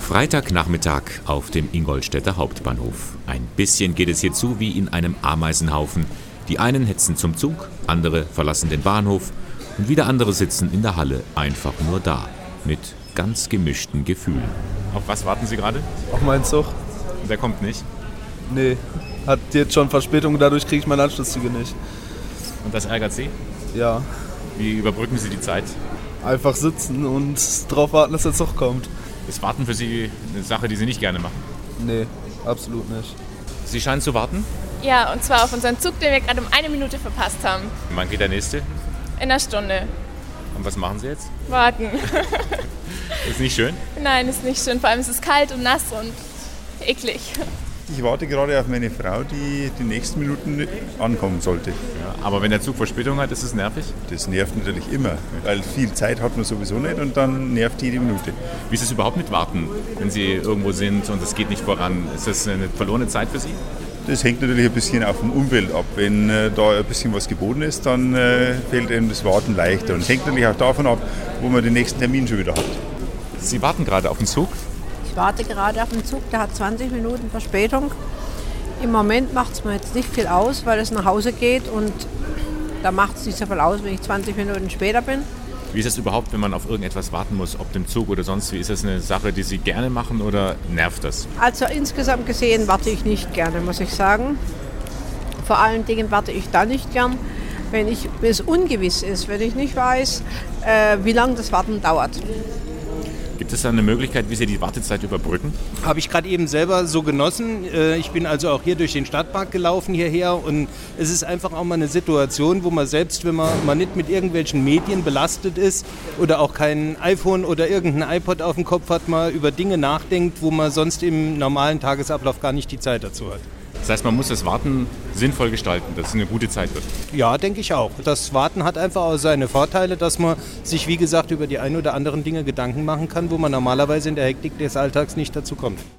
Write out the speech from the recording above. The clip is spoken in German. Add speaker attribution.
Speaker 1: Freitagnachmittag auf dem Ingolstädter Hauptbahnhof. Ein bisschen geht es hier zu wie in einem Ameisenhaufen. Die einen hetzen zum Zug, andere verlassen den Bahnhof und wieder andere sitzen in der Halle einfach nur da mit ganz gemischten Gefühlen.
Speaker 2: Auf was warten Sie gerade?
Speaker 3: Auf meinen Zug?
Speaker 2: Der kommt nicht.
Speaker 3: Nee, hat jetzt schon Verspätung, dadurch kriege ich meine Anschlusszüge nicht.
Speaker 2: Und das ärgert Sie?
Speaker 3: Ja,
Speaker 2: Wie überbrücken Sie die Zeit?
Speaker 3: einfach sitzen und drauf warten, dass der Zug kommt.
Speaker 2: Ist Warten für Sie eine Sache, die Sie nicht gerne machen?
Speaker 3: Nee, absolut nicht.
Speaker 2: Sie scheinen zu warten.
Speaker 4: Ja, und zwar auf unseren Zug, den wir gerade um eine Minute verpasst haben.
Speaker 2: Wann geht der nächste?
Speaker 4: In einer Stunde.
Speaker 2: Und was machen Sie jetzt?
Speaker 4: Warten.
Speaker 2: Ist nicht schön.
Speaker 4: Nein, ist nicht schön. Vor allem ist es kalt und nass und eklig.
Speaker 5: Ich warte gerade auf meine Frau, die die nächsten Minuten ankommen sollte.
Speaker 2: Ja, aber wenn der Zug Verspätung hat, ist es nervig.
Speaker 5: Das nervt natürlich immer, weil viel Zeit hat man sowieso nicht und dann nervt jede Minute.
Speaker 2: Wie ist es überhaupt mit Warten, wenn Sie irgendwo sind und es geht nicht voran? Ist das eine verlorene Zeit für Sie?
Speaker 5: Das hängt natürlich ein bisschen auf dem Umfeld ab. Wenn äh, da ein bisschen was geboten ist, dann äh, fällt einem das Warten leichter. Und es hängt natürlich auch davon ab, wo man den nächsten Termin schon wieder hat.
Speaker 2: Sie warten gerade auf den Zug.
Speaker 6: Ich warte gerade auf den Zug, der hat 20 Minuten Verspätung. Im Moment macht es mir jetzt nicht viel aus, weil es nach Hause geht und da macht es nicht so viel aus, wenn ich 20 Minuten später bin.
Speaker 2: Wie ist es überhaupt, wenn man auf irgendetwas warten muss, ob dem Zug oder sonst wie? Ist das eine Sache, die Sie gerne machen oder nervt das?
Speaker 6: Also insgesamt gesehen warte ich nicht gerne, muss ich sagen. Vor allen Dingen warte ich da nicht gern, wenn, ich, wenn es ungewiss ist, wenn ich nicht weiß, äh, wie lange das Warten dauert.
Speaker 2: Gibt es da eine Möglichkeit, wie Sie die Wartezeit überbrücken?
Speaker 7: Habe ich gerade eben selber so genossen. Äh, Ich bin also auch hier durch den Stadtpark gelaufen hierher und es ist einfach auch mal eine Situation, wo man selbst, wenn man mal nicht mit irgendwelchen Medien belastet ist oder auch kein iPhone oder irgendein iPod auf dem Kopf hat, mal über Dinge nachdenkt, wo man sonst im normalen Tagesablauf gar nicht die Zeit dazu hat.
Speaker 2: Das heißt, man muss das Warten sinnvoll gestalten, dass es eine gute Zeit wird.
Speaker 7: Ja, denke ich auch. Das Warten hat einfach auch seine Vorteile, dass man sich, wie gesagt, über die ein oder anderen Dinge Gedanken machen kann, wo man normalerweise in der Hektik des Alltags nicht dazu kommt.